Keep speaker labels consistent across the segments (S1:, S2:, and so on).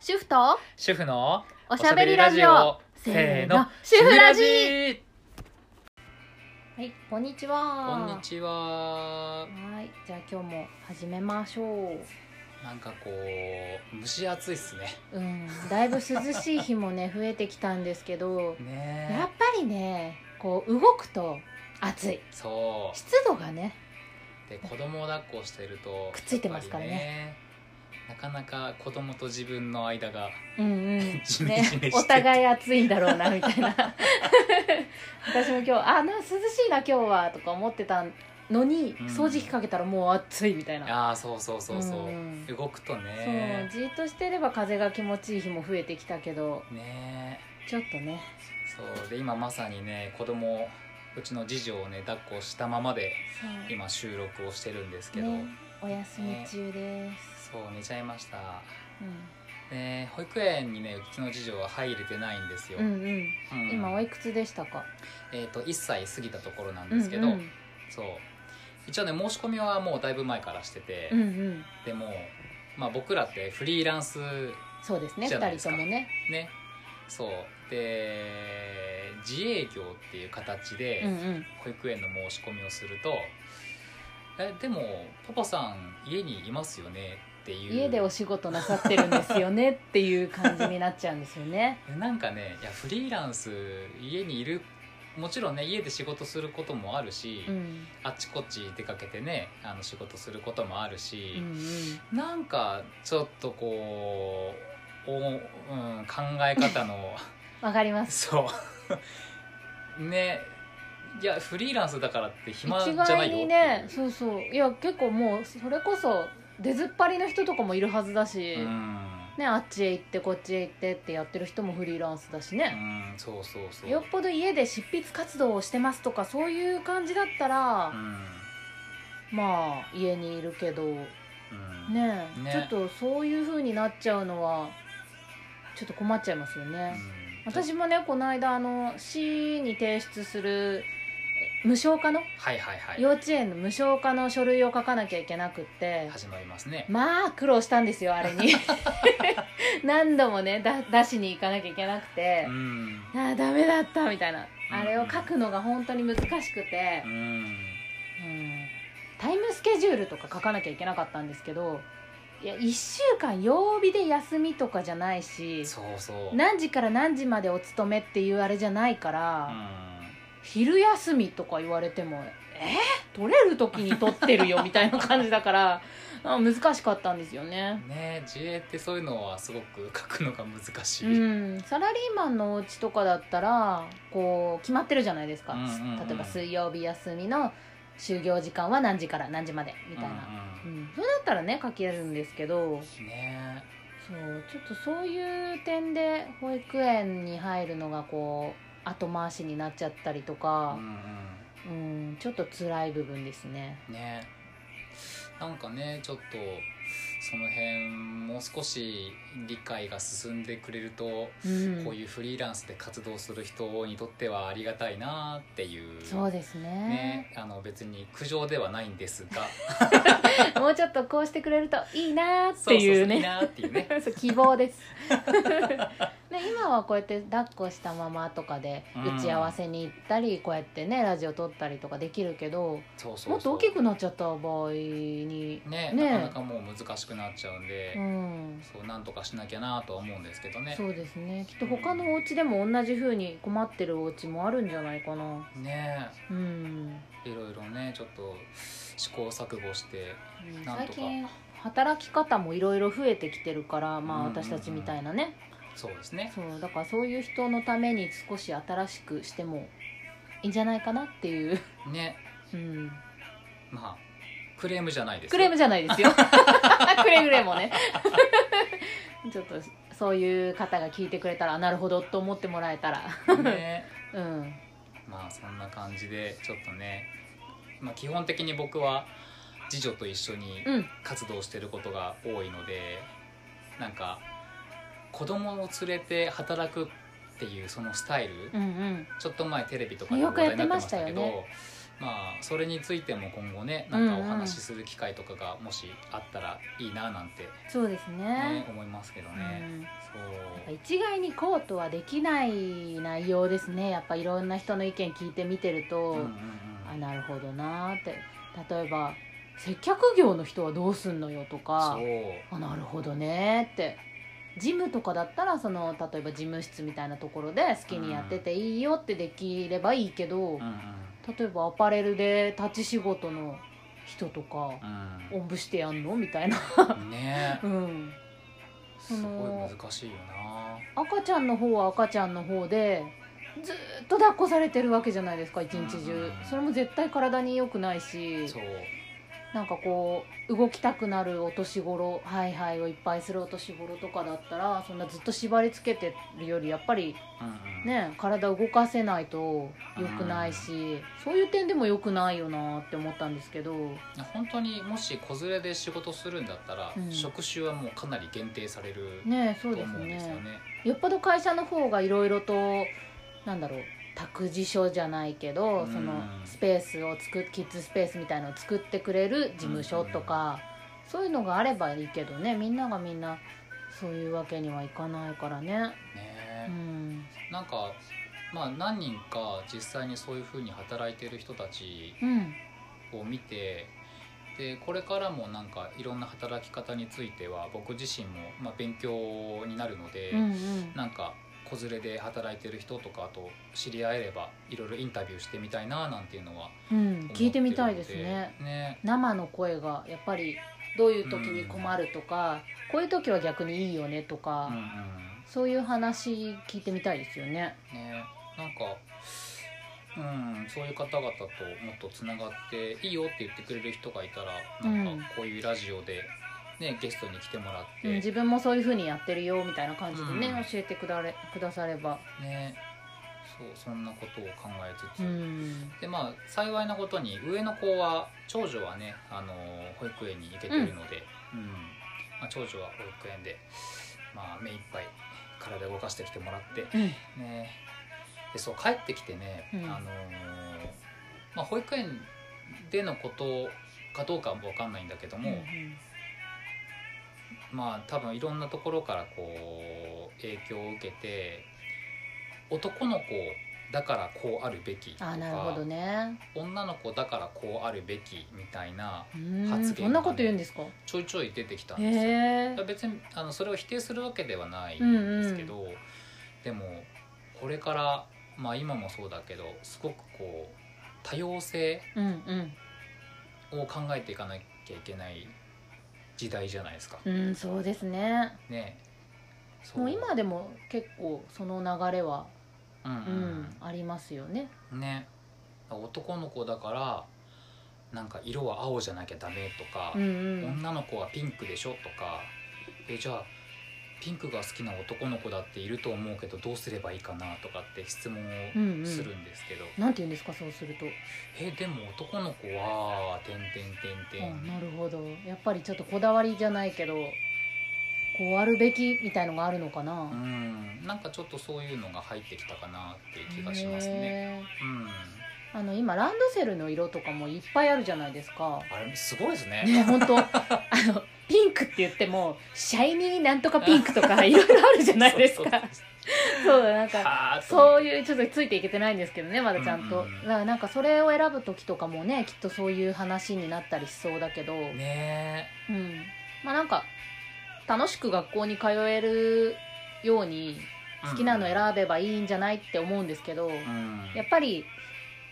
S1: 主婦と
S2: 主婦の
S1: おしゃべりラジオせーの主婦ラジはいこんにち
S2: こん
S1: は
S2: にちは
S1: はいじゃあ今日も始めましょう
S2: なんかこう蒸し暑いっすね
S1: うんだいぶ涼しい日もね増えてきたんですけどや
S2: ね
S1: っぱりねこう動くと暑い
S2: えそ
S1: 湿度がね
S2: うで子供を抱っこしてると
S1: くっついてますからね
S2: やっぱりねなかなか子供と自分の間が
S1: うんうん
S2: ジメジメして
S1: ね、お互い暑いんだろうなみたいな 私も今日あな涼しいな今日はとか思ってたのに、
S2: うん
S1: 掃除機かけたらもう暑いみたいな
S2: ああそうそうそうそう、
S1: うん
S2: 動くと
S1: そう
S2: ね
S1: じーっとしてれば風が気持ちいい日も増えてきたけど
S2: ねえ
S1: ちょっとね
S2: そうで今まさにね子供うちの次女をね抱っこしたままで
S1: そう
S2: 今収録をしてるんですけど、
S1: ねお休み中です、
S2: そう寝ちゃいましたで保育園にねうちの次女は入れてないんですよ、
S1: うん、うんうん
S2: うん
S1: 今おいくつでしたか
S2: えっ、と1歳過ぎたところなんですけど、
S1: うんうん
S2: そう一応ね申し込みはもうだいぶ前からしてて、
S1: うんうん
S2: でも、まあ、僕らってフリーランス
S1: そうですね
S2: じゃない
S1: 2
S2: で
S1: 人
S2: す
S1: と
S2: か
S1: もね
S2: ねそうで自営業っていう形で、
S1: うんうん
S2: 保育園の申し込みをすると「えでもパパさん家にいますよね」っていう
S1: 家でお仕事なさってるんですよねっていう感じになっちゃうんですよね
S2: なんかねいやフリーランス家にいるもちろんね家で仕事することもあるし、
S1: うん
S2: あっちこっち出かけてねあの仕事することもある
S1: うんう
S2: し、
S1: ん
S2: なんかちょっとこうお、うん、考え 方の
S1: わかります
S2: そうねいやフリーランスだからって暇じ
S1: 一
S2: ゃな
S1: 概
S2: いよ
S1: に
S2: って
S1: ね
S2: いう
S1: そうそういや結構もうそれこそ出ずっぱりの人とかもいるはずだし、
S2: うん
S1: ね、あっちへ行ってこっちへ行ってってやってる人もフリーランスだしね、
S2: うんそうそうそう
S1: よっぽど家で執筆活動をしてますとかそういう感じだったら、
S2: うん
S1: まあ家にいるけどね
S2: うん
S1: ね
S2: ね
S1: ちょっとそういう風になっちゃうのはちょっと困っちゃいますよね、
S2: うん
S1: 私もねこの間あの市に提出するえ無償化の
S2: はいはいはい
S1: 幼稚園の無償化の書類を書かなきゃいけなくって
S2: 始まりますね
S1: まあ苦労したんですよあれ に何度もねだ出しに行かなきゃいけなくて
S2: う、ん
S1: ああダメだったみたいな
S2: うん
S1: あれを書くのが本当に難しくて
S2: う、ん
S1: うんタイムスケジュールとか書かなきゃいけなかったんですけどいや1週間曜日で休みとかじゃないし
S2: そうそう
S1: 何時から何時までお勤めっていうあれじゃないか
S2: う
S1: ら、
S2: ん
S1: 昼休みとか言われてもえ取れる時に取ってるよみたいな感じだからあ難しかったんですよね
S2: ね自衛ってそういうのはすごく書くのが難し
S1: う
S2: い、
S1: んサラリーマンのお家とかだったらこう決まってるじゃないですか、
S2: うんうんうん
S1: 例えば水曜日休みの就業時間は何時から何時までみたいな、う
S2: う
S1: んんそうだったらね書けるんですけど
S2: うんね
S1: そうちょっとそういう点で保育園に入るのがこう後回しになっちゃったりと
S2: う
S1: か、
S2: ん
S1: うん、ちょっと辛い部分ですね
S2: うんねなんかねちょっとその辺もう少し理解が進んでくれると、
S1: うん
S2: こういうフリーランスで活動する人にとってはありがたいなっていう
S1: そうですね
S2: ね、あの別に苦情ではないんです が
S1: もうちょっとこうしてくれるといいなーっ
S2: そ
S1: て
S2: そ
S1: いう
S2: いい
S1: ね
S2: なっていうね
S1: そう希望ですね今はこうやって抱っこしたままとかで
S2: うん
S1: 打ち合わせに行ったり、こうやってねラジオ撮ったりとかできるけど
S2: そうそうそう
S1: もっと大きくなっちゃった場合に
S2: ね
S1: ね
S2: なかなかもう難しくなっちゃうんで、
S1: うん
S2: そうなんとかしなきゃなとは思うんですけどね
S1: そうですねきっと他のお家でも同じ風に困ってるお家もあるんじゃないかな
S2: ね
S1: うん、
S2: いろいろねちょっと試行錯誤してなんと
S1: 最
S2: か
S1: 近働き方もいろいろ増えてきてるからまあ
S2: うんうんうん
S1: 私たちみたいなね、
S2: そうですね
S1: そうだからそういう人のために少し新しくしてもいいんじゃないかなっていう、
S2: ね
S1: うん、
S2: まあクレームじゃないです
S1: クレーム
S2: じ
S1: じゃないです よくれぐれもね ちょっとそういう方が聞いてくれたらあなるほどと思ってもらえたら
S2: ゃね
S1: うん
S2: まあそんな感じでちょっとね、まあ、基本的に僕は次女と一緒に
S1: うん
S2: 活動してることが多いのでなんか子供を連れて働くっていうそのスタイル、
S1: うんうん
S2: ちょっと前テレビとかで
S1: よ
S2: 話
S1: く
S2: 題
S1: やっ
S2: に
S1: て
S2: な
S1: ま
S2: ってま
S1: し
S2: したた
S1: よ
S2: け
S1: ね
S2: どまあそれについても今後ねなんかお話しする機会とかがもしあったらいいななんて、
S1: そうです
S2: ね
S1: ね
S2: 思いますけど
S1: う
S2: ね。
S1: ん
S2: そう
S1: 一概にこうとはできない内容ですねやっぱいろんな人の意見聞いてみてると、
S2: うんうんうん
S1: あなるほどなーって例えば接客業の人はどうすんのよとか
S2: そう
S1: あなるほどねーってジムとかだったらその例えば事務室みたいなところで好きにやってていいよってできればいいけど、
S2: うんうん
S1: 例えばアパレルで立ち仕事の人とか
S2: う
S1: おんぶしてやんのみ たいな、
S2: んね
S1: うん、
S2: すごい難しいよな。
S1: 赤ちゃんの方は赤ちゃんの方でずーっと抱っこされてるわけじゃないですか一日中
S2: うん
S1: それも絶対体に良くないし
S2: そう
S1: なんかこう動きたくなるお年頃ハイハイをいっぱいするお年頃とかだったらそんなずっと縛りつけてるよりやっぱり
S2: うんうん
S1: ね体動かせないと良くないし、そういう点でも良くないよなって思ったんですけど
S2: 本当にもし子連れで仕事するんだったら、
S1: うん
S2: 職種はもうかなり限定される
S1: ねそ
S2: と
S1: う
S2: 思
S1: です
S2: うん
S1: ね
S2: ですよね。
S1: よっぽど会社の方がいろいろとなんだろう託児所じゃないけど、
S2: うん
S1: そのスペースを作っキッズスペースみたいのを作ってくれる事務所とか、そういうのがあればいいけどねみんながみんなそういうわけにはいかないからね。
S2: ね
S1: うん
S2: なんかまあ何人か実際にそういうふうに働いてる人たち
S1: うん
S2: を見てでこれからもなんかいろんな働き方については僕自身も、まあ、勉強になるので、
S1: うんうん
S2: なんか子連れで働いてる人とかあと知り合えればいろいろインタビューしてみたいななんていうのは
S1: うん
S2: 思っ
S1: 聞いて
S2: るの
S1: みたいですね。
S2: ね
S1: 生の声がやっぱりどういう時に困るとか、こういう時は逆にいいよねとか、
S2: うんうん
S1: そういう話聞いてみたいですよね。
S2: ねなんかうん、そういう方々ともっとつながっていいよって言ってくれる人がいたらな
S1: うん
S2: んかこういうラジオで、ね、ゲストに来てもらっ
S1: うん、
S2: て、
S1: 自分もそういうふうにやってるよみたいな感じでね、
S2: うん
S1: 教えてくだれくだされば、
S2: ね、そうそんなことを考えつ
S1: う
S2: つ、
S1: ん、
S2: でまあ、幸いなことに上の子は長女はね、あのー保育園に行けてるので、うんまあ、長女は保育園で、まあ、目いっぱい体動かしてきてもらって、ね、でそう帰ってきてね、
S1: うん
S2: あのーまあ、保育園でのことかどうかは分かんないんだけども、まあ、多分いろんなところからこう影響を受けて男の子だからこうあるべきと
S1: あ
S2: か
S1: あなるほどね、
S2: 女の子だからこうあるべきみたいな
S1: うん
S2: 発言がね
S1: そんなこと言うんですか
S2: ちょいちょい出てきたん
S1: へ
S2: ですよ。
S1: え
S2: 別にあのそれを否定するわけではないんですけど、でもこれから、まあ、今もそうだけどすごくこう多様性
S1: うんうん
S2: を考えていかなきゃいけない時代じゃないですか。
S1: うんそうですね
S2: ねそ
S1: もう今でも結構その流れは、
S2: うん
S1: うんありますよね
S2: うんね男の子だからなんか色は青じゃなきゃダメとか、
S1: うんうん
S2: 女の子はピンクでしょとかえじゃあピンクが好きな男の子だっていると思うけどどうすればいいかなとかって質問
S1: うんう
S2: を
S1: ん
S2: するんですけど、
S1: なんて言うんですかそうすると
S2: えでも男の子はてんてんてんて
S1: あ
S2: ん
S1: なるほどやっぱりちょっとこだわりじゃないけどこうあるべきみたいのがあるのかな
S2: うんなんかちょっとそういうのが入ってきたかなっていう気がしますね。
S1: へえ
S2: うん
S1: あの今ランドセルの色とかもいっぱいあるじゃないですか。
S2: あれすごいですね。
S1: ね本当あのピンクって言ってもシャイニーなんとかピンクとかいろいろあるじゃないですか。そうなんか
S2: か
S1: そうういうちょっとついていけてないんですけどねまだちゃんと。
S2: うんうんうん
S1: だからなんかそれを選ぶ時とかもねきっとそういう話になったりしそうだけど、
S2: ね
S1: うんまあなんか楽しく学校に通えるように好きなの選べばいいんじゃないって思うんですけど。
S2: ぶ、うん、
S1: やっぱり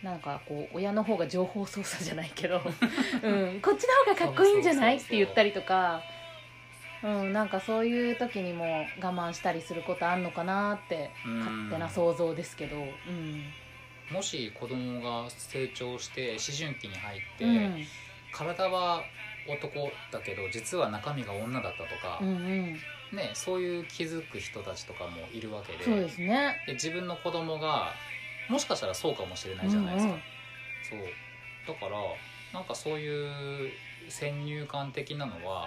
S1: なんかこう親の方が情報操作じゃないけ ど、うん、こっちの方がかっこいいんじゃない
S2: そうそうそうそう
S1: って言ったりとか、うん、なんかそういう時にも我慢したりすることあんのかなって
S2: うん
S1: 勝手な想像ですけど、うん
S2: もし子供が成長して思春期に入って、
S1: うん
S2: 体は男だけど実は中身が女だったとか
S1: うん、うん、
S2: ね、そういう気づく人たちとかもいるわけで
S1: そうですね。
S2: で自分の子供がもしかしたらそうかもしれないじゃないですか、そうだからなんかそういう先入観的なのは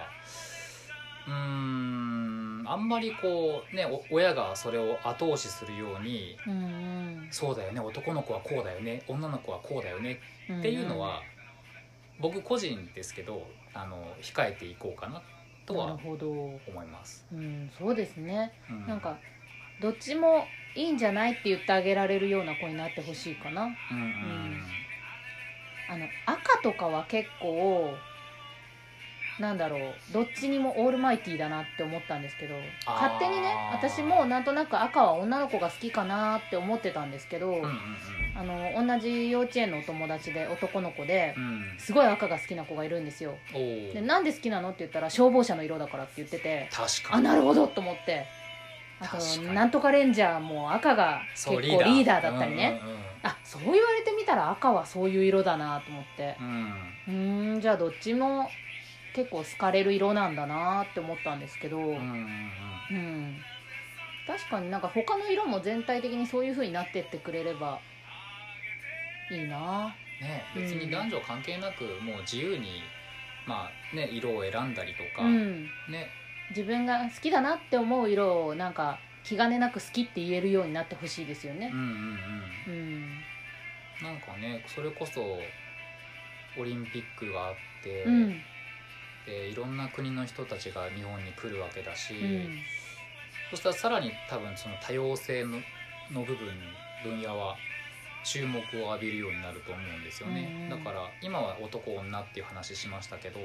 S2: うーんあんまりこうねお親がそれを後押しするように
S1: うん
S2: そうだよね男の子はこうだよね女の子はこうだよね
S1: うん、
S2: っていうのは、僕個人ですけどあの控えていこうかなと
S1: なる
S2: は
S1: ほど、
S2: 思います。
S1: うん、そうですね
S2: う
S1: なんかどっちもいいんじゃないって言ってあげられるような子になってほしいかな
S2: うんうん
S1: あの赤とかは結構なんだろうどっちにもオールマイティーだなって思ったんですけど
S2: あー
S1: 勝手にね私もなんとなく赤は女の子が好きかなって思ってたんですけど、
S2: うんうん
S1: あの同じ幼稚園のお友達で男の子で
S2: うんうん
S1: すごい赤が好きな子がいるんですよ
S2: おー
S1: でなんで好きなのって言ったら消防車の色だからって言ってて
S2: 確か
S1: あ
S2: に
S1: なるほどと思ってあと
S2: 確かに
S1: なんとかレンジャーも赤が結
S2: そう
S1: 構リーダーだったりね、
S2: うんうん
S1: あそう言われてみたら赤はそういう色だなと思って
S2: うんうん
S1: うーんじゃあどっちも結構好かれる色なんだなって思ったんですけど、う
S2: うんうん
S1: ん
S2: うん
S1: 確かになんか他の色も全体的にそういう風になってってくれればいいな
S2: ね別に男女関係なくもう自由にまあね色を選んだりとか、
S1: うん
S2: ね
S1: 自分が好きだなって思う色をなんか気兼ねなく好きって言えるようになってほしいですよ
S2: うん
S1: ね
S2: うんうん
S1: うん
S2: なんかねそれこそオリンピックがあって、
S1: うん
S2: でいろんな国の人たちが日本に来るわけだし、
S1: うん
S2: そしたらさらに多分その多様性のの部分分野は注目を浴びるようになると思うんですよね、
S1: うん
S2: だから今は男女っていう話しましたけど、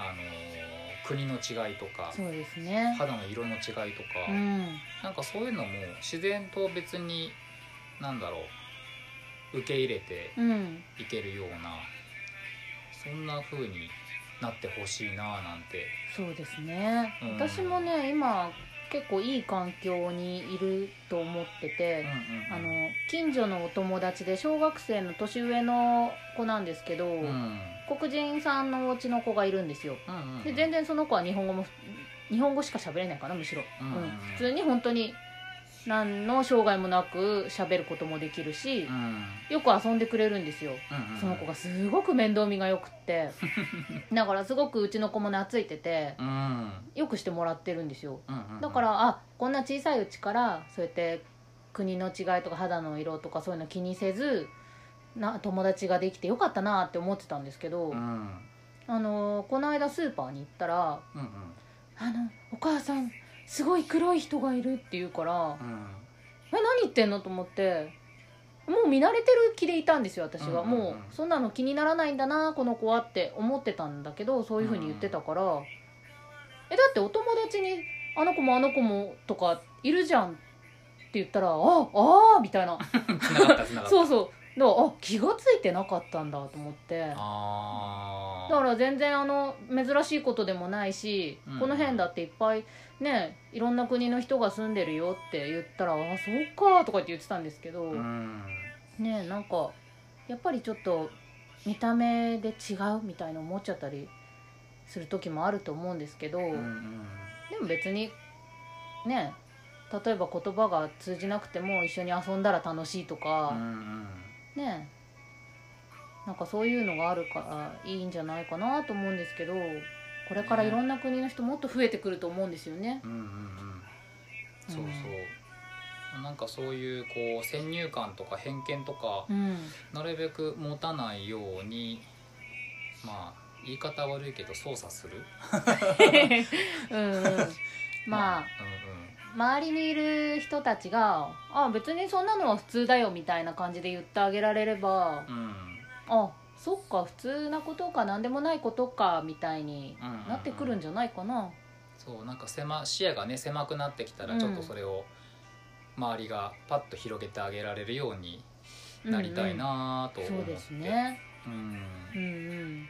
S2: あのー国の違いとか
S1: そうですね
S2: 肌の色の違いとか、
S1: うん
S2: なんかそういうのも自然と別になんだろう受け入れて
S1: うん
S2: いけるようなそんな風になってほしいなぁなんて
S1: そうですね、
S2: うん
S1: 私もね今結構いい環境にいると思ってて、あ
S2: うんうんうん
S1: の近所のお友達で小学生の年上の子なんですけど、
S2: うん
S1: 黒人さんのお家の子がいるんですよ
S2: うんうん
S1: で全然その子は日本語も日本語しか喋れないかなむしろ、
S2: うんうんうん
S1: 普通に本当に何の障害もなく喋ることもできるし
S2: う、ん
S1: よく遊んでくれるんですよ
S2: うんうん
S1: その子がすごく面倒見がよくって だからすごくうちの子も懐いてて
S2: うん
S1: よくしてもらってるんですよ
S2: うんうんうん
S1: だからあこんな小さいうちからそうやって国の違いとか肌の色とかそういうの気にせずな友達ができてよかったなって思ってたんですけど、
S2: うんうん
S1: あのーこの間スーパーに行ったら
S2: うん
S1: 「あのお母さんすごい黒い人がいる」って言うから
S2: う
S1: 「
S2: ん
S1: え何言ってんの?」と思ってもう見慣れてる気でいたんですよ私は、
S2: うんうんうん
S1: もうそんなの気にならないんだなこの子はって思ってたんだけどそういうふうに言ってたから「えだってお友達にあの子もあの子もとかいるじゃん」って言ったら「ああーみ たいな
S2: つながったつながった
S1: そうそうだからあ気がついてなかったんだと思って。
S2: あ
S1: だか
S2: ー
S1: ら全然あの珍しいことでもないし、
S2: うん
S1: この辺だっていっぱいねいろんな国の人が住んでるよって言ったら「あそうか」とかって言ってたんですけど、
S2: うん
S1: ねなんかやっぱりちょっと見た目で違うみたいな思っちゃったりする時もあると思うんですけど、
S2: うんうん
S1: でも別にね例えば言葉が通じなくても一緒に遊んだら楽しいと
S2: うんう
S1: か、
S2: ん
S1: ねなんかそういうのがあるからいいんじゃないかなと思うんですけどこれからいろんな国の人もっと増えてくると思うんですよね。
S2: うんうんうんそうそううんなんかそういうこう先入観とか偏見とか
S1: うん、
S2: なるべく持たないようにまあ言い方悪いけど操作する
S1: うんうん、まあ周りにいる人たちが「あ別にそんなのは普通だよ」みたいな感じで言ってあげられれば
S2: うんうん
S1: 「あそっか普通なことか何でもないことか」みたいに
S2: うんうん
S1: なってくるんじゃないかな。
S2: そうなんか狭視野がね狭くなってきたらちょっとそれを周りがパッと広げてあげられるようになりたいなと
S1: うんうんそ
S2: 思っ
S1: う
S2: て
S1: ですね。
S2: うん
S1: うんうん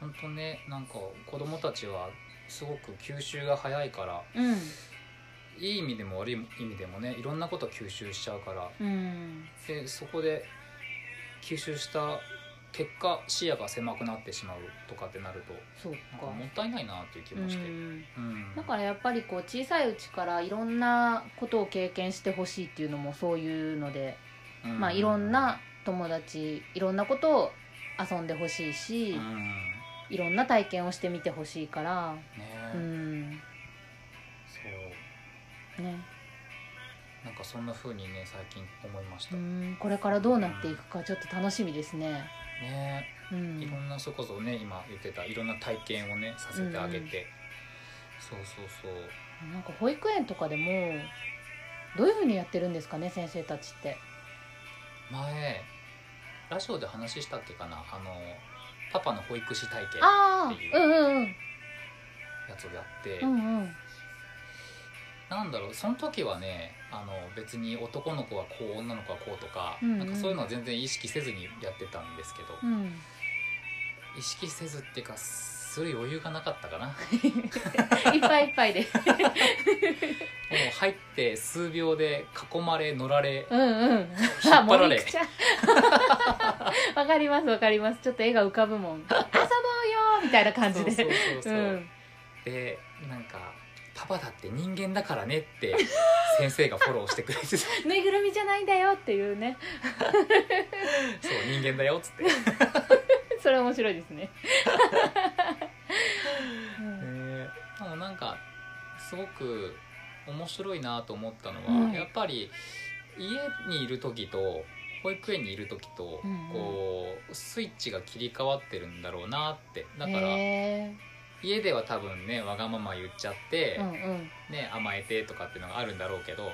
S2: 本当ねなんか子供たちはすごく吸収が早いから
S1: うん
S2: いい意味でも悪い意味でもねいろんなこと吸収しちゃうから
S1: うん
S2: でそこで吸収した結果視野が狭くなってしまうとかってなると
S1: そう
S2: なんか
S1: か
S2: もったいないなっていう気
S1: う
S2: もして、うん
S1: んだ
S2: だ
S1: からやっぱりこう小さいうちからいろんなことを経験してほしいっていうのもそういうので、
S2: ら
S1: まあ、いろんな友達いろんなことを遊んでほしいし、
S2: うん
S1: いろんな体験をしてみてほしいから
S2: ね、
S1: うんね
S2: そうなんかそんな風にね最近思いまし
S1: う
S2: た、
S1: んこれからどうなっていくかちょっと楽しみですね
S2: ね
S1: う
S2: いろ
S1: ん
S2: んなそれこそね今言ってたいろんな体験をねさせてあ
S1: う
S2: げて、
S1: んうん
S2: そうそうそう
S1: なんか保育園とかでもどういうふうにやってるんですかね先生たちって
S2: 前ラジオで話したっけかなあのパパの保育士体験
S1: あ
S2: っていう
S1: あうんうん
S2: やつをやって、
S1: うんうんうん
S2: なんだろうその時はねあの別に男の子はこう女の子はこうとか,、
S1: うんうん
S2: なんかそういうのは全然意識せずにやってたんですけど、
S1: うん
S2: 意識せずっていうかする余裕がなかったかな も
S1: いっぱいいっぱ いで
S2: う入って数秒で囲まれ乗られ
S1: うんうん
S2: 引っ張
S1: あも
S2: られ
S1: みくちゃん わかりますわかりますちょっと絵が浮かぶもん遊ぼうよみたいな感じで
S2: そうそうそうそうう、
S1: ん
S2: でなんか「パパだって人間だから ね」って先生がフォローしてくれてたそ
S1: ぬいぐるみじゃないんだよっていうね
S2: う人間だよっ つって
S1: それ面白いですね、うん
S2: えー、でもなんかすごく面白いなと思ったのは、
S1: うん
S2: やっぱり家にいる時と保育園にいる時と、
S1: うんうん
S2: こうスイッチが切り替わってるんだろうなってだから
S1: へ
S2: 家では多分ねわがまま言っちゃって、
S1: えうんうん
S2: ね、甘えてとかっていうのがあるんだろうけど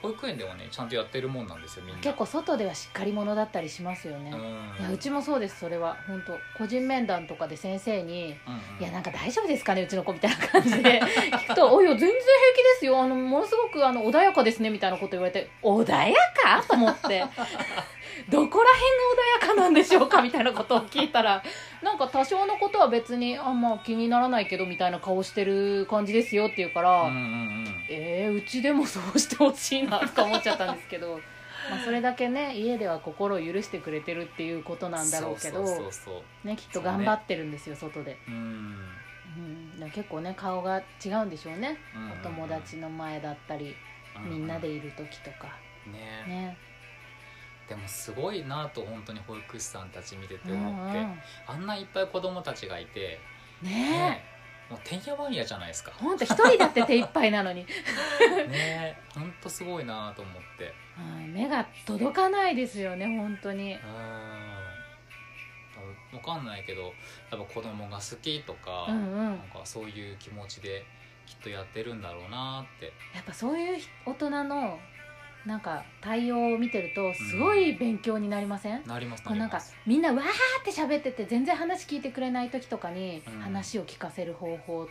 S2: 保育園でもねちゃんとやってるもんなんですよみんな。
S1: 結構外ではしっかり者だったりしますよね、
S2: うん
S1: いやうちもそうですそれは本当個人面談とかで先生に
S2: うんうん
S1: いやなんか大丈夫ですかねうちの子みたいな感じで 聞くと「おいや全然平気ですよあのものすごくあの穏やかですね」みたいなこと言われて「穏やか?」 と思って「どこら辺が穏やかなんでしょうか?」みたいなことを聞いたらなんか多少のことは別にあんまあ気にならないけどみたいな顔してる感じですよって言うから、
S2: うんうんうん
S1: えー、うちでもそうしてほしいなとか思っちゃったんですけど。まあそれだけね家では心を許してくれてるっていうことなんだろうけど
S2: そうそうそう
S1: ねきっと頑張ってるんですよ外で
S2: そううん
S1: うん、でも結構ね顔が違うんでしょうね、
S2: うんうんうん
S1: お友達の前だったり、
S2: うう
S1: みんなでいる時とか
S2: ね
S1: ね、
S2: でもすごいなと本当に保育士さんたち見てて
S1: うん
S2: 思
S1: うん
S2: って、あんないっぱい子供たちがいて、
S1: ね
S2: えもうてんやわんやじゃな いですか
S1: えほんと一人だって手いっぱいなのに、
S2: ねえ本当すごいなと思って
S1: うん目が届かないですよね本当に
S2: うん分かんないけどやっぱ子供が好きとか、
S1: うんうん
S2: なんかそういう気持ちできっとやってるんだろうなって
S1: やっぱそういう大人のなんか対応を見てるとすごい勉強になりません、
S2: なります
S1: こうなん
S2: りま
S1: か
S2: す
S1: みんなわーって喋ってて全然話聞いてくれない時とかに
S2: うん
S1: 話を聞かせる方法、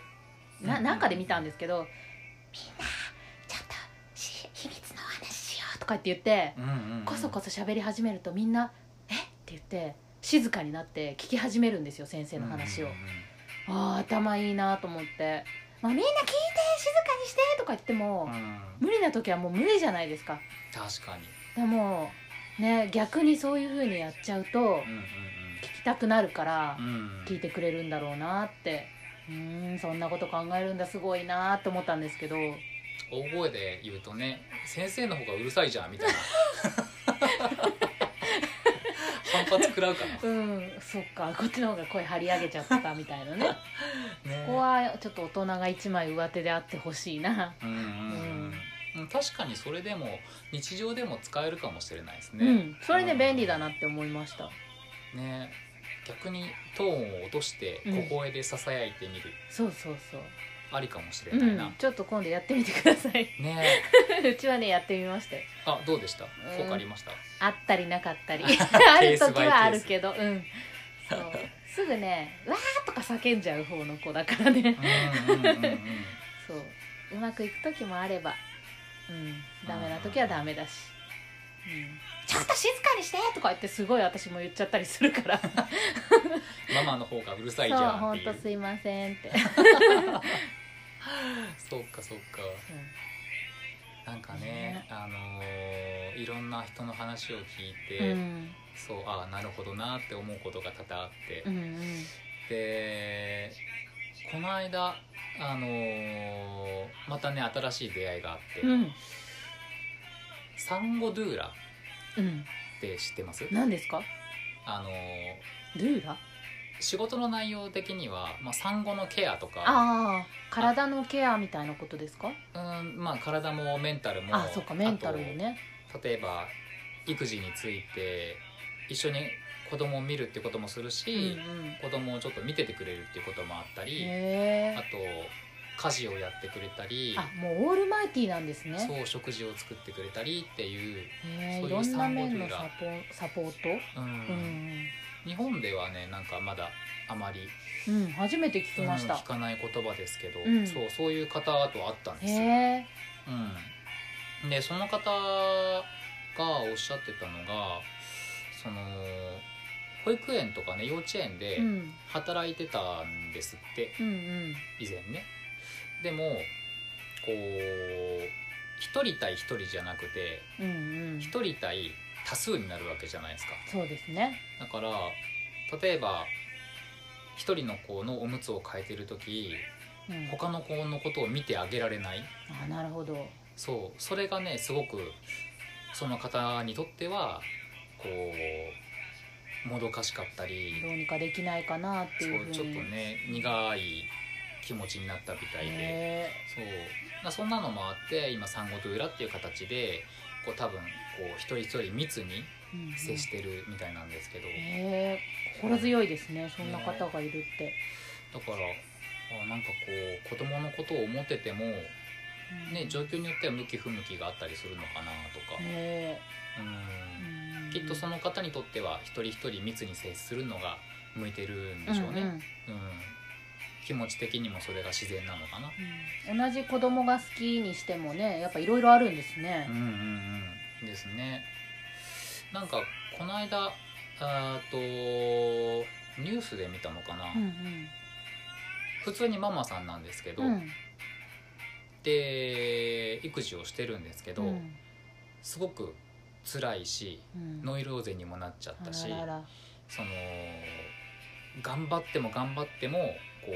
S1: な
S2: うん
S1: なんかで見たんですけど「みんなちょっとし秘密の話しよう」とかって言って
S2: うんうんうん
S1: こそこそ喋り始めるとみんな「えっ?」て言って静かになって聞き始めるんですよ先生の話を
S2: うん。うんうん
S1: あー頭いいなと思って「もうみんな聞いて静かにして」とか言っても
S2: うん
S1: 無理な時はもう無理じゃないですか。
S2: 確かに、
S1: でもね逆にそういう風にやっちゃうと
S2: うんうん
S1: 聞きたくなるから
S2: うんうん、
S1: 聞いてくれるんだろうなってうーんそんなこと考えるんだすごいなって思ったんですけど
S2: 大声で言うとね先生の方がうるさいじゃ んみたいな反発食らうかな
S1: うんそっかこっちの方が声張り上げちゃったみたいなね
S2: ね
S1: ここはちょっと大人が一枚上手であってほしいな、
S2: うんうんうん、うん、確かにそれでも日常でも使えるかもしれないです
S1: う
S2: ね、
S1: んそれで便利だなって思いました
S2: ね逆にトーンを落として
S1: うん
S2: 小声でささやいてみる、
S1: そうそうそう
S2: ありかもしれ
S1: う
S2: ないな、
S1: んちょっと今度やってみてください
S2: ね
S1: うちはねやってみましたよ
S2: あどうでした
S1: ん
S2: 効果ありま した、
S1: あったりなかった りある時はあるけどうんそうすぐね「わー!」とか叫んじゃう方の子だからね
S2: うんうんうんうん
S1: そううまくいく時もあればうんダメな時はダメだし、うん、ちょっと静かにしてとか言ってすごい私も言っちゃったりするからそう
S2: ママの方がうるさいじゃんっ
S1: 本
S2: てい
S1: 当
S2: う
S1: すいませんって、
S2: そうかそうかなんかね
S1: ね、
S2: あのーいろんな人の話を聞いうて、
S1: ん
S2: そうああなるほどなって思うことが多々あって、
S1: うんうん
S2: でこの間、あのーまたね新しい出会いがあって、
S1: うん
S2: サンゴドゥーラっ
S1: うん
S2: て知ってます
S1: 何ですか
S2: あのー
S1: ドゥーラ
S2: 仕事の内容的には、まあ、産後のケアとか
S1: ああ体のケアみたいなことですか
S2: うん、まあ、体もメンタルも
S1: あそうかメンタルもね
S2: あと例えば育児について一緒に子供を見るってこともする
S1: うんう
S2: し、
S1: ん
S2: 子供をちょっと見ててくれるっていうこともあったり、
S1: へ
S2: あ
S1: え
S2: と家事をやってくれたり、
S1: あもうオールマイティーなんですね
S2: そう食事を作ってくれたりっていう、
S1: へえ
S2: そ
S1: い
S2: ういう
S1: ろんな
S2: 産後
S1: 面の
S2: というか
S1: サポサポート
S2: うん
S1: うん
S2: 日本ではねなんかまだあまり
S1: うん、うん、初めて聞きまし
S2: うん
S1: た
S2: 聞かない言葉ですけど、
S1: うん
S2: そうそういう方と会ったんで
S1: へ
S2: すよ。
S1: え
S2: うん、でその方がおっしゃってたのがその保育園とかね幼稚園で
S1: うん
S2: 働いてたんですって、
S1: うんうん
S2: 以前ね。でもこう一人対一人じゃなくて
S1: うんうん
S2: 一人対多数になるわけじゃないですか。
S1: そうですね
S2: だから例えば一人の子のおむつを変えてる時
S1: うん
S2: 他の子のことを見てあげられない
S1: あなるほど
S2: そうそれがねすごくその方にとってはこうもどかしかった
S1: ど
S2: り
S1: うにかできないかなって
S2: そう
S1: いうふうに
S2: ちょっとね苦い気持ちになったみたいで
S1: へ
S2: そうまあそんなのもあって今産後と裏っていう形でこう多分こう一人一人密に
S1: えうんうん
S2: 接してるみたいなんですけど。
S1: へえ心強いですねそんな方がいるって、
S2: だからあなんかこう子供のことを思ってても、
S1: うん
S2: ね、状況によっては向き不向きがあったりするのかなとか、
S1: へえ
S2: うん
S1: うん
S2: きっとその方にとっては一人一人密に接するのが向いてるんでしょうね、うん
S1: ん
S2: 気持ち的にもそれが自然なのかな、
S1: うん同じ子供が好きにしてもねやっぱいろいろあるんですね
S2: うん、うんうんですねなんかこの間あーとニュースで見たのかな、
S1: うん
S2: 普通にママさんなんですけど、
S1: うんうん
S2: で育児をしてるんですけど、
S1: うん
S2: すごく辛いし
S1: うん
S2: ノイローゼにもなっちゃっ
S1: あ
S2: たし
S1: ららら
S2: その頑張っても頑張ってもこ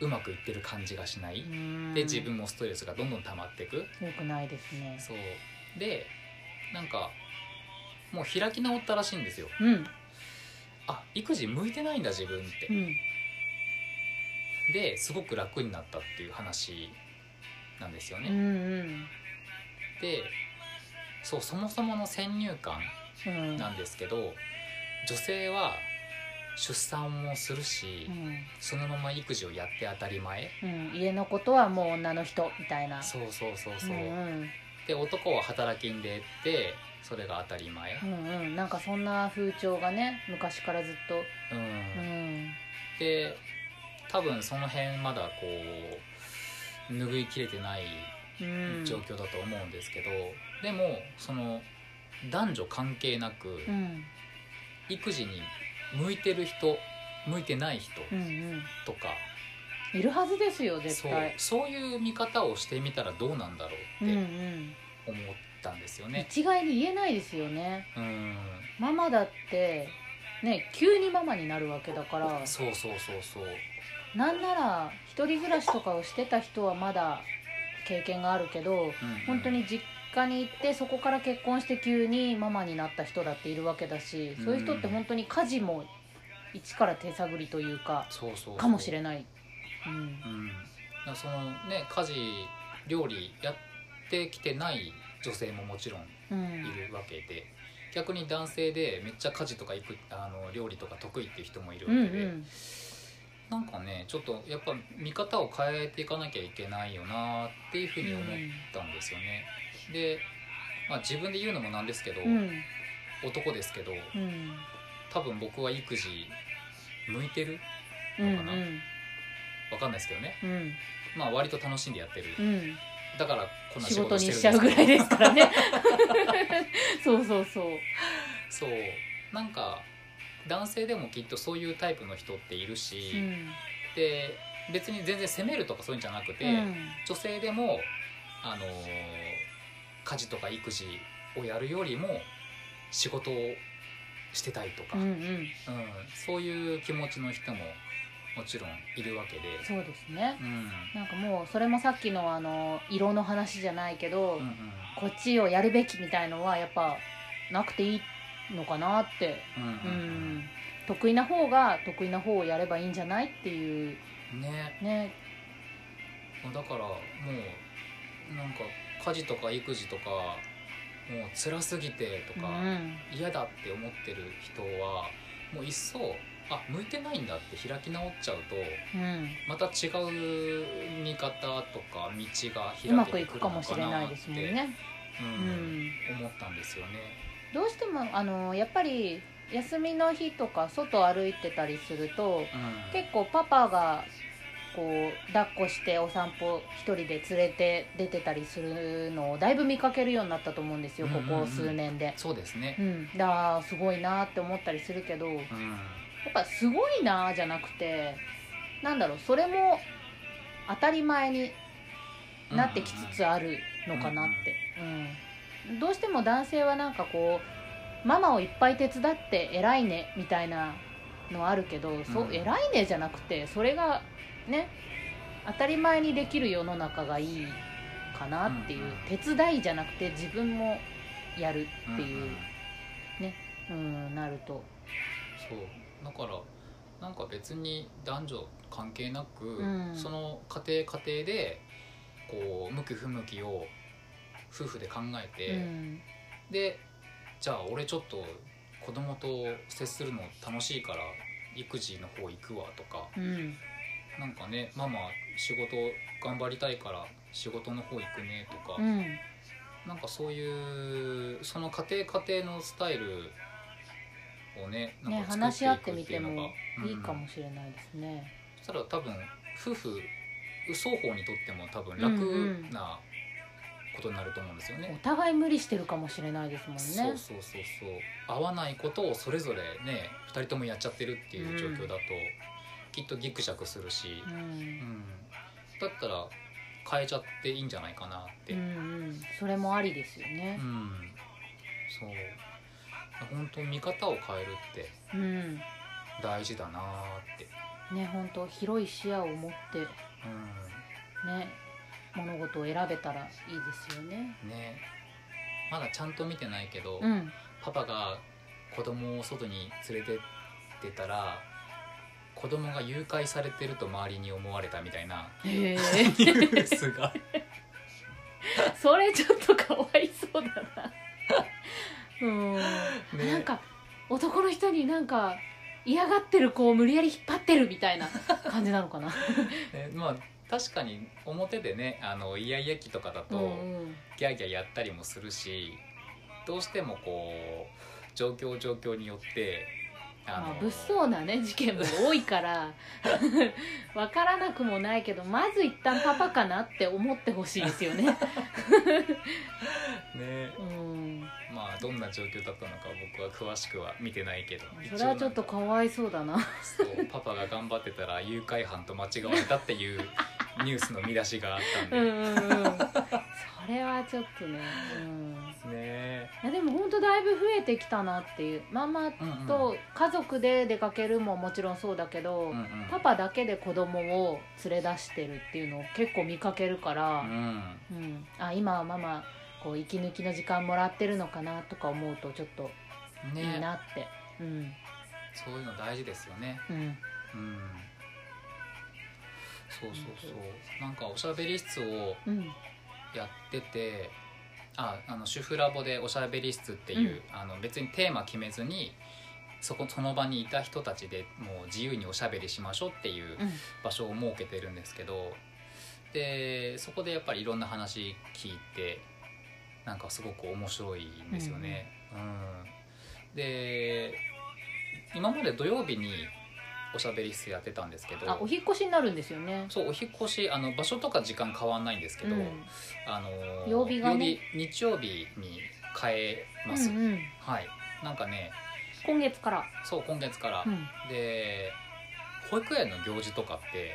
S2: ううまくいってる感じがしな
S1: う
S2: い、
S1: ん
S2: で自分もストレスがどんどん溜まっていく
S1: 良くないですね
S2: そうでなんかもう開き直ったらしいんですよ
S1: うん
S2: あ育児向いてないんだ自分っ
S1: う
S2: て、
S1: ん
S2: ですごく楽になったっていう話なんですよ
S1: う
S2: ね、
S1: んうん
S2: でそうそもそもの先入観
S1: うん
S2: なんですけど女性は出産もするし、
S1: うん
S2: そのまま育児をやって当たり前
S1: うん家のことはもう女の人みたいな
S2: そうそうそうそう、
S1: うんうん
S2: で男は働きに出てそれが当たり前
S1: うんうんなんかそんな風潮がね昔からずっと
S2: うん、
S1: うん
S2: で多分その辺まだこう拭いきれてない
S1: うん
S2: 状況だと思うんですけど、でもその男女関係なく、
S1: うん
S2: 育児に向いてる人向いてない人
S1: うんうん
S2: とか、
S1: いるはずですよ絶
S2: そう
S1: 対
S2: そういう見方をしてみたらどうなんだろう
S1: う
S2: っ
S1: んう
S2: て
S1: ん
S2: 思ったんですよね。
S1: 一概に言えないですよね
S2: うん、
S1: ママだってね急にママになるわけだから
S2: そうそうそうそう
S1: なんなら一人暮らしとかをしてた人はまだ経験があるけど
S2: うんうん
S1: 本当に実家に行ってそこから結婚して急にママになった人だっているわけだしそういう人って本当に家事も一から手探りというか
S2: そうそうそう
S1: かもしれない、うん
S2: う、ん、だからそのね家事料理やってきてない女性ももちろん
S1: うん
S2: いるわけで、逆に男性でめっちゃ家事とか行くあの料理とか得意っていう人もいる
S1: う
S2: わ
S1: んう
S2: けで、
S1: ん
S2: なんかねちょっとやっぱ見方を変えていかなきゃいけないよなっていうふうに思ったんですよね。で、まあ、自分で言うのもなんですけど、
S1: うん
S2: 男ですけど
S1: うん
S2: 多分僕は育児向いてる
S1: うん
S2: のかなわかんないですけどね、
S1: うん
S2: まあ、割と楽しんでやってる、
S1: うん
S2: だからこんな
S1: 仕
S2: 仕
S1: 事
S2: 事
S1: に
S2: してるん
S1: し
S2: です
S1: ちゃうぐらい
S2: け
S1: で
S2: ど
S1: すからねそうそうそう
S2: そうなんか男性でもきっとそういうタイプの人っているし、
S1: うん
S2: で別に全然責めるとかそういうんじゃなくて、
S1: うん
S2: 女性でも、あのー家事とか育児をやるよりも仕事をしてたいとか、
S1: う
S2: うん
S1: うんん
S2: そういう気持ちの人ももちろんいるわけで。
S1: そうですね
S2: うん
S1: なんかもうそれもさっきのあの色の話じゃないけど、
S2: うんうん
S1: こっちをやるべきみたいのはやっぱなくていいのかなって
S2: うんうんう
S1: うんん得意な方が得意な方をやればいいんじゃないっていう
S2: ね
S1: ね
S2: まあだからもうなんか家事とか育児とかもう辛すぎてと
S1: う
S2: か、
S1: ん
S2: 嫌だって思ってる人はもう一層あ向いてないんだって開き直っちゃうと
S1: うん
S2: また違う見方とか
S1: う
S2: 道が
S1: ま
S2: 開
S1: く
S2: け
S1: い
S2: てく
S1: く
S2: る
S1: か
S2: の
S1: もし
S2: か
S1: れ
S2: な
S1: な
S2: っ
S1: い
S2: て
S1: ですもんね、
S2: う
S1: うんん、
S2: 思ったんですよね。
S1: どうしてもあのやっぱり休みの日とか外歩いてたりすると
S2: うん
S1: 結構パパがこう抱っこしてお散歩一人で連れて出てたりするのをだいぶ見かけるようになったと思うんですよここ数年で。
S2: そうですね
S1: う、ん、だからすごいなって思ったりするけどや
S2: うん
S1: っぱすごいなじゃなくてなんだろうそれも当たり前になってきつつあるのかなって、うんどうしても男性はなんかこうママをいっぱい手伝って偉いねみたいなのあるけど、そう
S2: うん
S1: 偉いねじゃなくてそれがね当たり前にできる世の中がいいかなっていう、手伝いじゃなくて自分もやる
S2: うん、
S1: っていううんうん、なると、
S2: そうだからなんか別に男女関係なく、
S1: うん
S2: その家庭家庭でこう向き不向きを夫婦で考えて、
S1: うん
S2: でじゃあ俺ちょっと子供と接するの楽しいから育児の方行くわとか
S1: うん
S2: なんかねママ仕事頑張りたいから仕事の方行くねとか、
S1: うん
S2: なんかそういうその家庭家庭のスタイルをねなん
S1: ね
S2: か作
S1: 話し合って
S2: いく
S1: み
S2: ってい
S1: て
S2: うのが
S1: もいいか
S2: うん
S1: もしれないですね。
S2: そしたら多分夫婦双方にとっても多分
S1: うんうん
S2: 楽なことになると思うんですよね。
S1: お互い無理してるかもしれないですもんね。
S2: そうそうそうそう合わないことをそれぞれね2人ともやっちゃってるっていう状況だと、きっとギクシャクするし、
S1: う
S2: うんん、だったら変えちゃっていいんじゃないかなって、
S1: う
S2: うん
S1: んうん、それもありですよね。
S2: そう本当見方を変えるって
S1: うん、
S2: 大事だなって、
S1: ね本当広い視野を持ってね物事を選べたらいいですよね。
S2: うん、ねまだちゃんと見てないけど、
S1: うん、
S2: パパが子供を外に連れてってたら子供が誘拐されてると周りに思われたみたいな
S1: へえ、
S2: ニュースが
S1: それちょっとかわいそうだ な。うん、
S2: ね
S1: なんか男の人になんか嫌がってる子を無理やり引っ張ってるみたいな感じなのかな。
S2: ねまあ確かに表でねあのイヤイヤ期とかだ
S1: う
S2: と
S1: んうん、
S2: ギャーギャーやったりもするし、どうしてもこう状況状況によってあ
S1: まあ、物騒なね事件も多いから わからなくもないけどまず一旦パパかなって思ってほしいですよね
S2: ね
S1: うん
S2: まあどんな状況だったのか僕は詳しくは見てないけど
S1: それはちょっと
S2: 一
S1: かわいそうだな
S2: 応なんかそうパパが頑張ってたら誘拐犯と間違われたっていうニュースの見出しがあったん
S1: う
S2: で
S1: ん、うんうんそれはちょっとね、うん、
S2: ね
S1: いやでもほんとだいぶ増えてきたなっていうママ
S2: うんうん
S1: と家族で出かけるももちろんそうだけど、
S2: うんうん
S1: パパだけで子供を連れ出してるっていうのを結構見かけるから、
S2: うん
S1: うん、あ今はママこう息抜きの時間もらってるのかなとか思うとちょっといい
S2: ね
S1: なって、うん
S2: そういうの大事ですよね
S1: うん
S2: うんそうそうそうなんかおしゃべり室を
S1: うん
S2: やっててああの主婦ラボでおしゃべり室っていう、あの別にテーマ決めずにそこその場にいた人たちでもう自由におしゃべりしましょうっていう
S1: うん
S2: 場所を設けてるんですけどでそこでやっぱりいろんな話聞いてなんかすごく面白いんですよね。うんで今まで土曜日におしゃべり室やってたんですけ
S1: あお
S2: ど
S1: 引っ越しになるんですよね
S2: そうお引っ越しあの場所とか時間変わんないんですけど、
S1: うん
S2: あのー
S1: 曜日がね
S2: 曜日日曜日に変え
S1: う
S2: ます、
S1: んうん、
S2: はいなんかね
S1: 今月から、
S2: そう今月から、
S1: うん、
S2: で保育園の行事とかって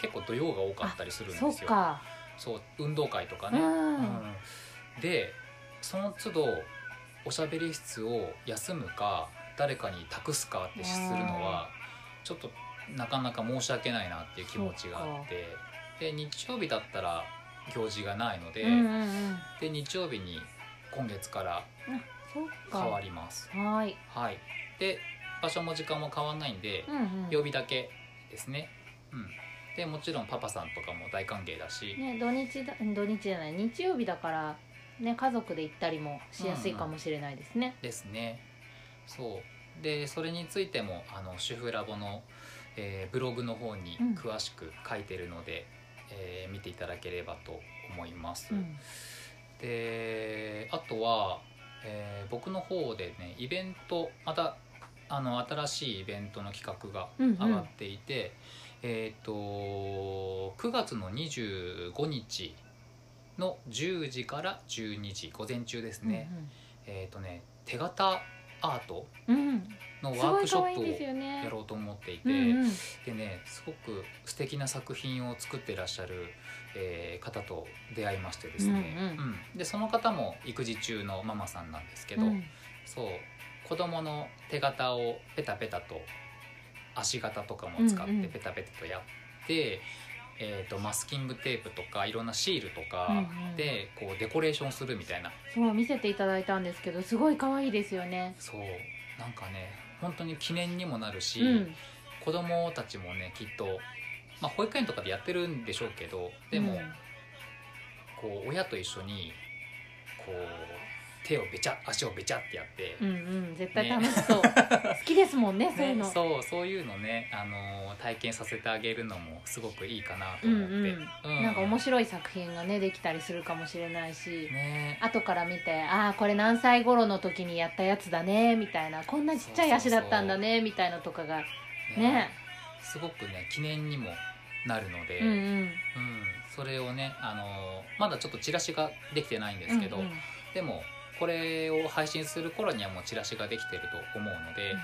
S2: 結構土曜が多かったりするんです
S1: そ
S2: よ
S1: うか、
S2: そう運動会とか
S1: う
S2: ね、
S1: ん
S2: うんでその都度おしゃべり室を休むか誰かに託すかってするのはちょっとなかなか申し訳ないなっていう気持ちがあってで日曜日だったら行事がないので、
S1: うんうんうん
S2: で日曜日に今月から
S1: そう
S2: 変わ
S1: か
S2: ります
S1: はい
S2: はいで場所も時間も変わんないんで、
S1: うん
S2: 曜日だけですね、うん、でもちろんパパさんとかも大歓迎だし、
S1: ね土日だ土日じゃない日曜日だからね家族で行ったりもしやすいかもしれないですね、
S2: ですねそうでそれについてもあの主婦ラボの、えーブログの方に
S1: うん
S2: 詳しく書いてるので、えー見ていただければと思います、
S1: うん
S2: であとは、えー僕の方でねイベントまたあの新しいイベントの企画が
S1: うんうん
S2: 上がっていて、えーっ、と9月の25日の10時から12時午前中ですね、えーっ、とね手形アート
S1: うんうん、
S2: の
S1: うん、す
S2: ワー
S1: ご
S2: ク
S1: い
S2: ショ
S1: 可愛
S2: ッ
S1: い
S2: プ
S1: ん
S2: を
S1: ですよ
S2: や
S1: ね
S2: ろうと思っていて、
S1: うんうん
S2: でねすごく素敵な作品を作ってらっしゃる、えー方と出会いましてですね、
S1: うんう
S2: うんでその方も育児中のママさんなんですけど、
S1: うん
S2: そう子供の手形をペタペタと足形とかも使っ
S1: うんう
S2: て
S1: ん
S2: ペタペタとやって、えー、とマスキングテープとかいろんなシールと
S1: うん
S2: か
S1: うん
S2: でこうデコレーションするみたいな
S1: そう見せていただいたんですけどすごい可愛いですよね
S2: そうなんかね本当に記念にもなるし、
S1: うん
S2: 子供たちもねきっと、まあ、保育園とかでやってるんでしょうけどでも、こう親と一緒にこう手をべちゃ足をべちゃってやって、
S1: うん、うんうん絶対楽し そう、好きですもんねそういう
S2: ね
S1: の、
S2: そうそういうのね、あのー体験させてあげるのもすごくいいかなと
S1: うん
S2: 思って、
S1: うん
S2: う
S1: なんか面白い作品がねできたりするかもしれないし、
S2: ね
S1: 後から見てああこれ何歳頃の時にやったやつだねみたいなこんなちっちゃい足だったんだねみたいなとかがね
S2: すごくね記念にもなるので、
S1: うん
S2: う
S1: うんん
S2: それをね、あのーまだちょっとチラシができてないんですけど、
S1: うんうん
S2: でもこれを配信する頃にはもうチラシができてると思うので,、
S1: は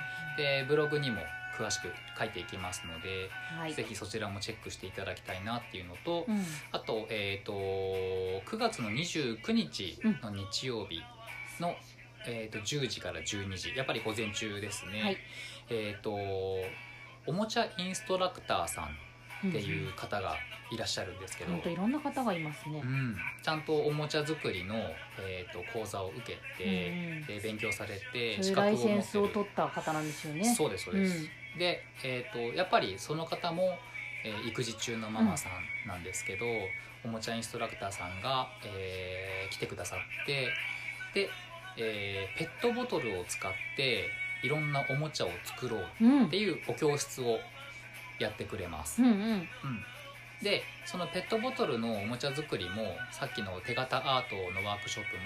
S2: でブログにも詳しく書いていきますので、
S1: い
S2: ぜひそちらもチェックしていただきたいなっていうのと、
S1: うん
S2: あと,、えー、と9月の29日の日曜日の、えー、と10時から12時やっぱり午前中ですね、
S1: はい
S2: えっ、とおもちゃインストラクターさんっていう方がいらっしゃるんですけど、う
S1: 本当い
S2: ん
S1: ろんな方がいますね、
S2: ちゃんとおもちゃ作りの、えー、と講座を受けて、
S1: うん
S2: で勉強されて
S1: うんそうい
S2: 資
S1: うラ
S2: 格を
S1: イセ
S2: 持
S1: ン
S2: って
S1: スを
S2: る
S1: 取った方なんですよね
S2: そうですそうです、
S1: う
S2: で、えー、とやっぱりその方も、えー育児中のママさんなんですけど、おもちゃインストラクターさんが、えー来てくださってで、えーペットボトルを使っていろんなおもちゃを作ろうっ
S1: うん
S2: ていうお教室をやってくれます、
S1: うんうん
S2: うんでそのペットボトルのおもちゃ作りもさっきの手形アートのワークショップ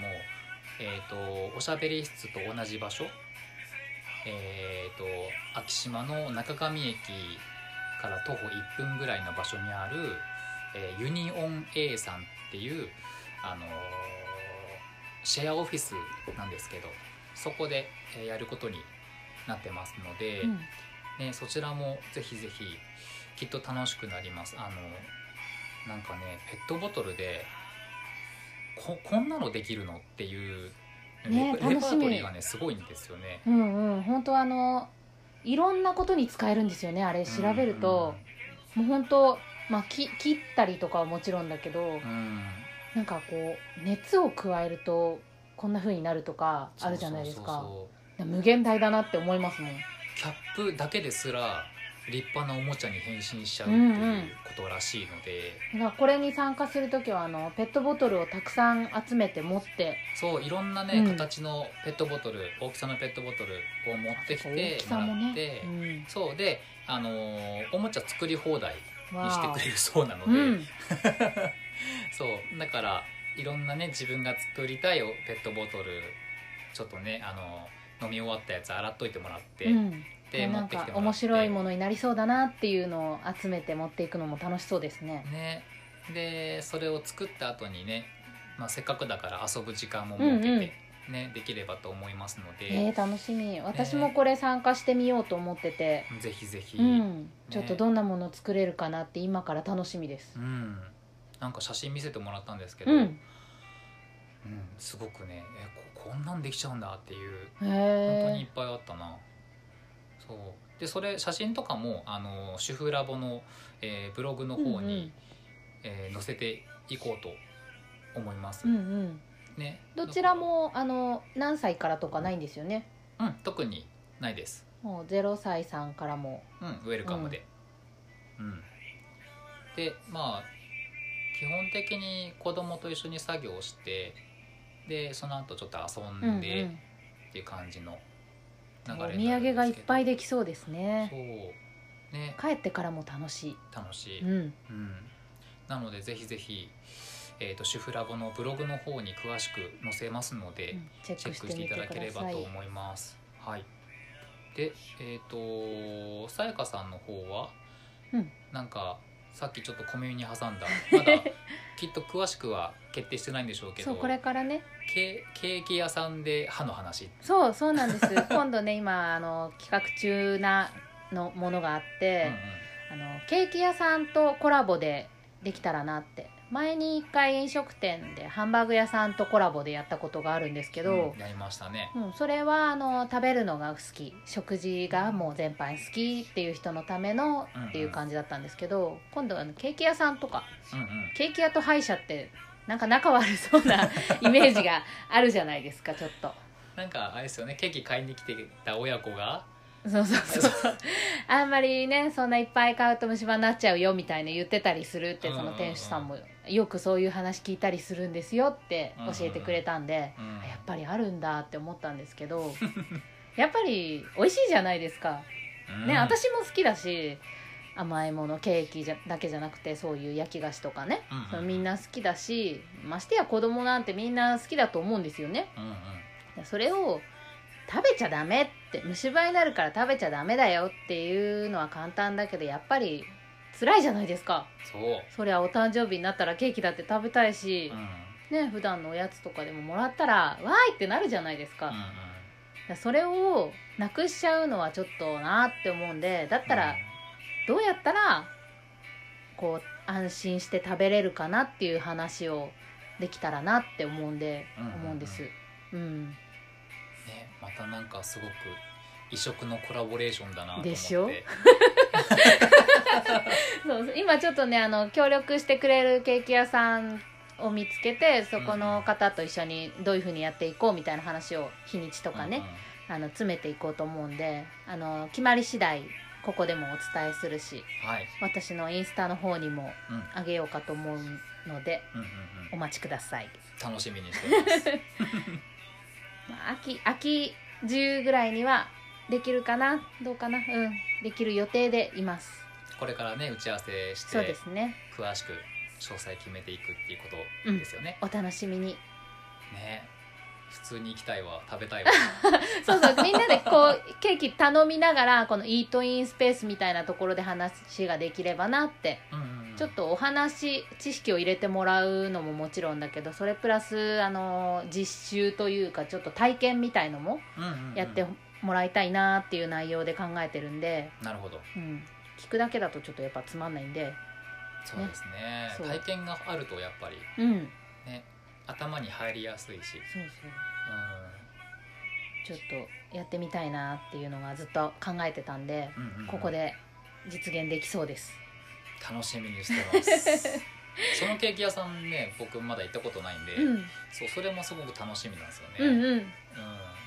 S2: も、えー、とおしゃべり室と同じ場所、えー、と昭島の中上駅から徒歩1分ぐらいの場所にある、えーユニオン A さんっていう、あのーシェアオフィスなんですけどそこで、えーやることになってますので。
S1: うん
S2: ね、そちらもぜひぜひきっと楽しくなりますあのなんかねペットボトルでここんなのできるのっていう
S1: ね
S2: レパレ
S1: 楽
S2: パ
S1: し
S2: ー
S1: み
S2: トリーがねすごいんですよね
S1: うんうん本当あのいろんなことに使えるんですよねあれ調べると、もう本当まあき切ったりとかはもちろんだけど、
S2: うん、うん
S1: なんかこう熱を加えるとこんな風になるとかあるじゃないです
S2: そう
S1: か
S2: そうそう
S1: 無限大だなって思いますもん
S2: そうキャップだけですら立派なおもちゃに変身しちゃうっていうことらしいので、
S1: だからこれに参加する時はあのペットボトルをたくさん集めて持って
S2: そういろんなね、
S1: うん
S2: 形のペットボトル大きさのペットボトルを持ってきて
S1: 大きさ
S2: も
S1: も
S2: ら
S1: ね
S2: って、
S1: うん
S2: そうで、あのーおもちゃ作り放題にして
S1: わあ
S2: くれるそうなの
S1: う
S2: で、
S1: ん
S2: そうだからいろんなね自分が作りたいペットボトルちょっとね、あのー飲み終わったやつ洗っといてもらって、
S1: うんね
S2: で持
S1: な
S2: っ
S1: ん
S2: てき
S1: か
S2: てもら
S1: 面
S2: って
S1: 白いものになりそうだなっていうのを集めて持っていくのも楽しそうですね
S2: ねでそれを作った後にね、まあ、せっかくだから遊ぶ時間も設けて、
S1: うんうん
S2: ね、できればと思いますの
S1: え
S2: で、
S1: ー、楽しみ私もこれ参加してみようと思ってて、
S2: ぜひぜひ、
S1: うん、ちょっとどんなもの作れるかなって今から楽しみです
S2: う、んなんか写真見せてもらったんですけど、
S1: うん
S2: うんすごくねえここんなんできちゃうんだっていう
S1: へ
S2: 本当にい
S1: え
S2: っぱいあったなそうでそれ写真とかもあの主婦ラボの、えーブログの
S1: うん
S2: 方に、
S1: うん
S2: えー載せていこうと思います、
S1: うんうん
S2: ね
S1: どちらもあの何歳からとかないんですよね
S2: うん特にないです
S1: もう0歳さんからも
S2: うん、ウェルカムで、うんでまあ基本的に子供と一緒に作業をしてでその後ちょっと遊んでっていう感じの流
S1: う
S2: れ
S1: ん
S2: に
S1: う、
S2: なんる
S1: お土
S2: んですけど
S1: 産がいっぱいできそうです
S2: そ
S1: ね
S2: うね
S1: 帰ってからも楽し
S2: 楽しい、
S1: い、うん、
S2: うん、なのでぜひぜひ、えー、と主婦ラボのブログの方に詳しく載せますので、
S1: うんチェ
S2: チ
S1: ッ
S2: ェ
S1: クし
S2: ック
S1: て
S2: して
S1: み
S2: い
S1: て
S2: た
S1: く
S2: だ
S1: だ
S2: ければ
S1: さい
S2: と思います。はい、で、えー、とさやかさんの方は、
S1: うん
S2: なんかさっきちょっと小耳に挟んだま だきっと詳しくは決定してないんでしょうけ
S1: そ
S2: ど
S1: うこれからね
S2: ケケーキ屋さんで歯の話
S1: そうそうなんです今度ね今あの企画中なのものがあっ
S2: うん
S1: て、あのケーキ屋さんとコラボでできたらなって前に一回飲食店でハンバーグ屋さんとコラボでやったことがあるんですけ
S2: うん
S1: ど
S2: うん、やりましたね。
S1: うん、それはあの食べるのが好き食事がもう全般好きっていう人のための
S2: うんうん
S1: っていう感じだったんですけど、今度はあのケーキ屋さんとか
S2: うんうん
S1: ケーキ屋と歯医者ってなんか仲悪そうな イメージがあるじゃないですかちょっと。
S2: なんかあれですよねケーキ買いに来てた親子が
S1: そうそうそうあんまりねそんないっぱい買うと虫歯になっちゃうよみたいな言ってたりするってその店主さんもよくそういう話聞いたりするんですよって教えてくれたんで
S2: うん
S1: あやっぱりあるんだって思ったんですけ どやっぱり美味しいじゃないですか、ね
S2: うん
S1: 私も好きだし甘いものケーキじゃだけじゃなくてそういう焼き菓子とかね、
S2: うんうん
S1: そのみんな好きだしましてや子供なんてみんな好きだと思うんですよね。
S2: うんうん
S1: それを食べちゃダメって虫歯になるから食べちゃダメだよっていうのは簡単だけどやっぱり辛いじゃないですか
S2: そう
S1: そりゃお誕生日になったらケーキだって食べたいし
S2: うん、うん
S1: ね普段のおやつとかでももらったらわーいってなるじゃないですか,、それをなくしちゃうのはちょっとなって思うんでだったらどうやったらこう安心して食べれるかなっていう話をできたらなって思うんで、
S2: うんうんうん
S1: 思うんですうん
S2: ね、またなんかすごく異色のコラボレーションだなと思って
S1: でしょそう今ちょっとねあの協力してくれるケーキ屋さんを見つけてそこの方と一緒にどういうふうにやっていこうみたいな話を日にちとかね、あの詰めていこうと思うんであの決まり次第ここでもお伝えするし
S2: うんうんはい、
S1: 私のインスタの方にも
S2: うん
S1: あげようかと思うので
S2: うんうんう
S1: お待ちください、
S2: ん、楽しみにしてます
S1: まあ、秋秋10ぐらいにはできるかなどうかなうんできる予定でいます
S2: これからね打ち合わせし
S1: そうで
S2: て
S1: すね
S2: 詳しく詳細決めていくっていうことですよね、
S1: お楽しみに
S2: ね普通に行きたいわ食べたい わ
S1: そうそうみんなでこうケーキ頼みながらこのイートインスペースみたいなところで話ができればなって
S2: うんうんうん
S1: ちょっとお話知識を入れてもらうのももちろんだけどそれプラスあの実習というかちょっと体験みたいのも
S2: うんうんうん
S1: やってもらいたいなっていう内容で考えてるんで、
S2: なるほど
S1: うん、聞くだけだとちょっとやっぱつまんないんで、
S2: そうですね
S1: そう
S2: 体験があるとやっぱり
S1: うん、
S2: ね頭に入りやすいし、
S1: そうそうちょっとやってみたいなっていうのがずっと考えてたんで
S2: うんうんうんうん
S1: ここで実現できそうです。
S2: 楽しみにしてますそのケーキ屋さんね僕まだ行ったことないんで、
S1: うん、
S2: そうそれもすごく楽しみなんですよね、
S1: うん、うん
S2: う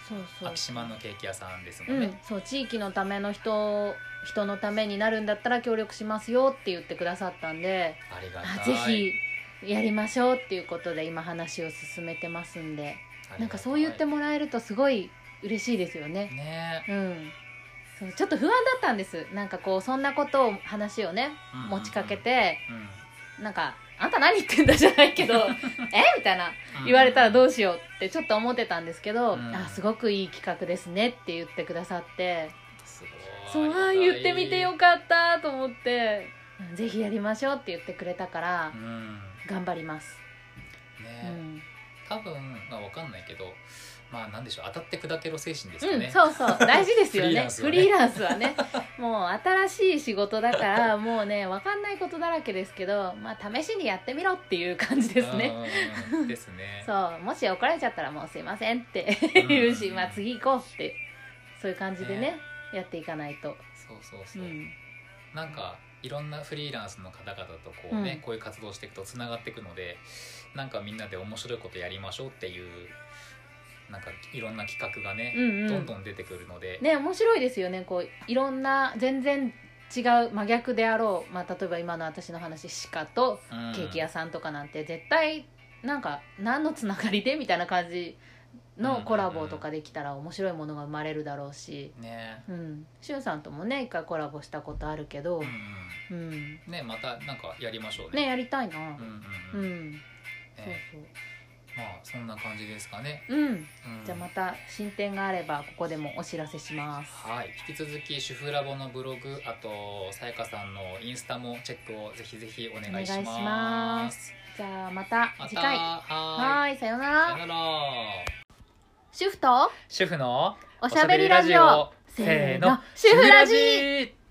S1: そうそ
S2: ん
S1: う
S2: 昭島のケーキ屋さんですも
S1: うん
S2: ね、
S1: ん、そう地域のための人人のためになるんだったら協力しますよって言ってくださったんで
S2: ありが
S1: あ
S2: た
S1: ぜ
S2: い
S1: ひやりましょうっていうことで今話を進めてますんで
S2: ありがたい
S1: なんかそう言ってもらえるとすごい嬉しいですよね
S2: ね
S1: うんそうちょっと不安だったんですなんかこうそんなことを話をね
S2: うんうんうん
S1: 持ちかけて
S2: うん
S1: なんか「あんた何言ってんだ」じゃない けど「えみたいな言われたらどうしようってちょっと思ってたんですけど「
S2: うん
S1: あすごくいい企画ですね」って言ってくださって
S2: す
S1: そ
S2: ごいう
S1: あー言ってみてよかったと思ってうんぜひやりましょうって言ってくれたから
S2: うん
S1: 頑張ります、う
S2: ね、
S1: ん
S2: 多分まあわかんないけどまあなんでしょう当たって砕けろ精神です
S1: う
S2: か
S1: ん、
S2: ね、
S1: そうそう大事ですよね
S2: フ
S1: フ
S2: リ
S1: リ
S2: ー
S1: ーランスはねもう新しい仕事だからもうね分かんないことだらけですけどまあ試しにやってみろっていう感じですね
S2: うんうんうんですね
S1: そうもし怒られちゃったらもうすいませんって
S2: うん
S1: 言うしまあ次行こうってそういう感じでね
S2: ね
S1: やっていかないと、
S2: そうそう
S1: う
S2: そう、
S1: ん、
S2: なんかいろんなフリーランスの方々とこうね、
S1: うん
S2: こういう活動をしていくとつながっていくのでなんかみんなで面白いことやりましょうっていうなんかいろんな企画がね、
S1: うんうん
S2: どんどん出てくるので、
S1: ね面白いですよねこういろんな全然違う真逆であろう、まあ、例えば今の私の話鹿と
S2: うん
S1: ケーキ屋さんとかなんて絶対なんか何のつながりでみたいな感じのコラボとかできたら面白いものが生まれるだろうし、
S2: ね、
S1: うん、しゅんさんともね一回コラボしたことあるけど
S2: うん、
S1: うん、
S2: うんねまたなんかやりましょうね
S1: ねやりたい
S2: うん
S1: なう
S2: う、
S1: ん
S2: うんんね
S1: そう
S2: まあそんな感じですかね、
S1: そううん
S2: うん、
S1: じゃあまた進展があればここでもお知らせします
S2: はい、引き続き主婦ラボのブログあとさやかさんのインスタもチェックをぜひぜひお願いし
S1: お願いし
S2: ま
S1: ますじゃあまた
S2: また
S1: 次回
S2: は
S1: はーいさようない
S2: さ
S1: ら
S2: よなら
S1: 主婦と
S2: 主婦の
S1: おしゃべりラジオせーの主婦ラジ
S2: ー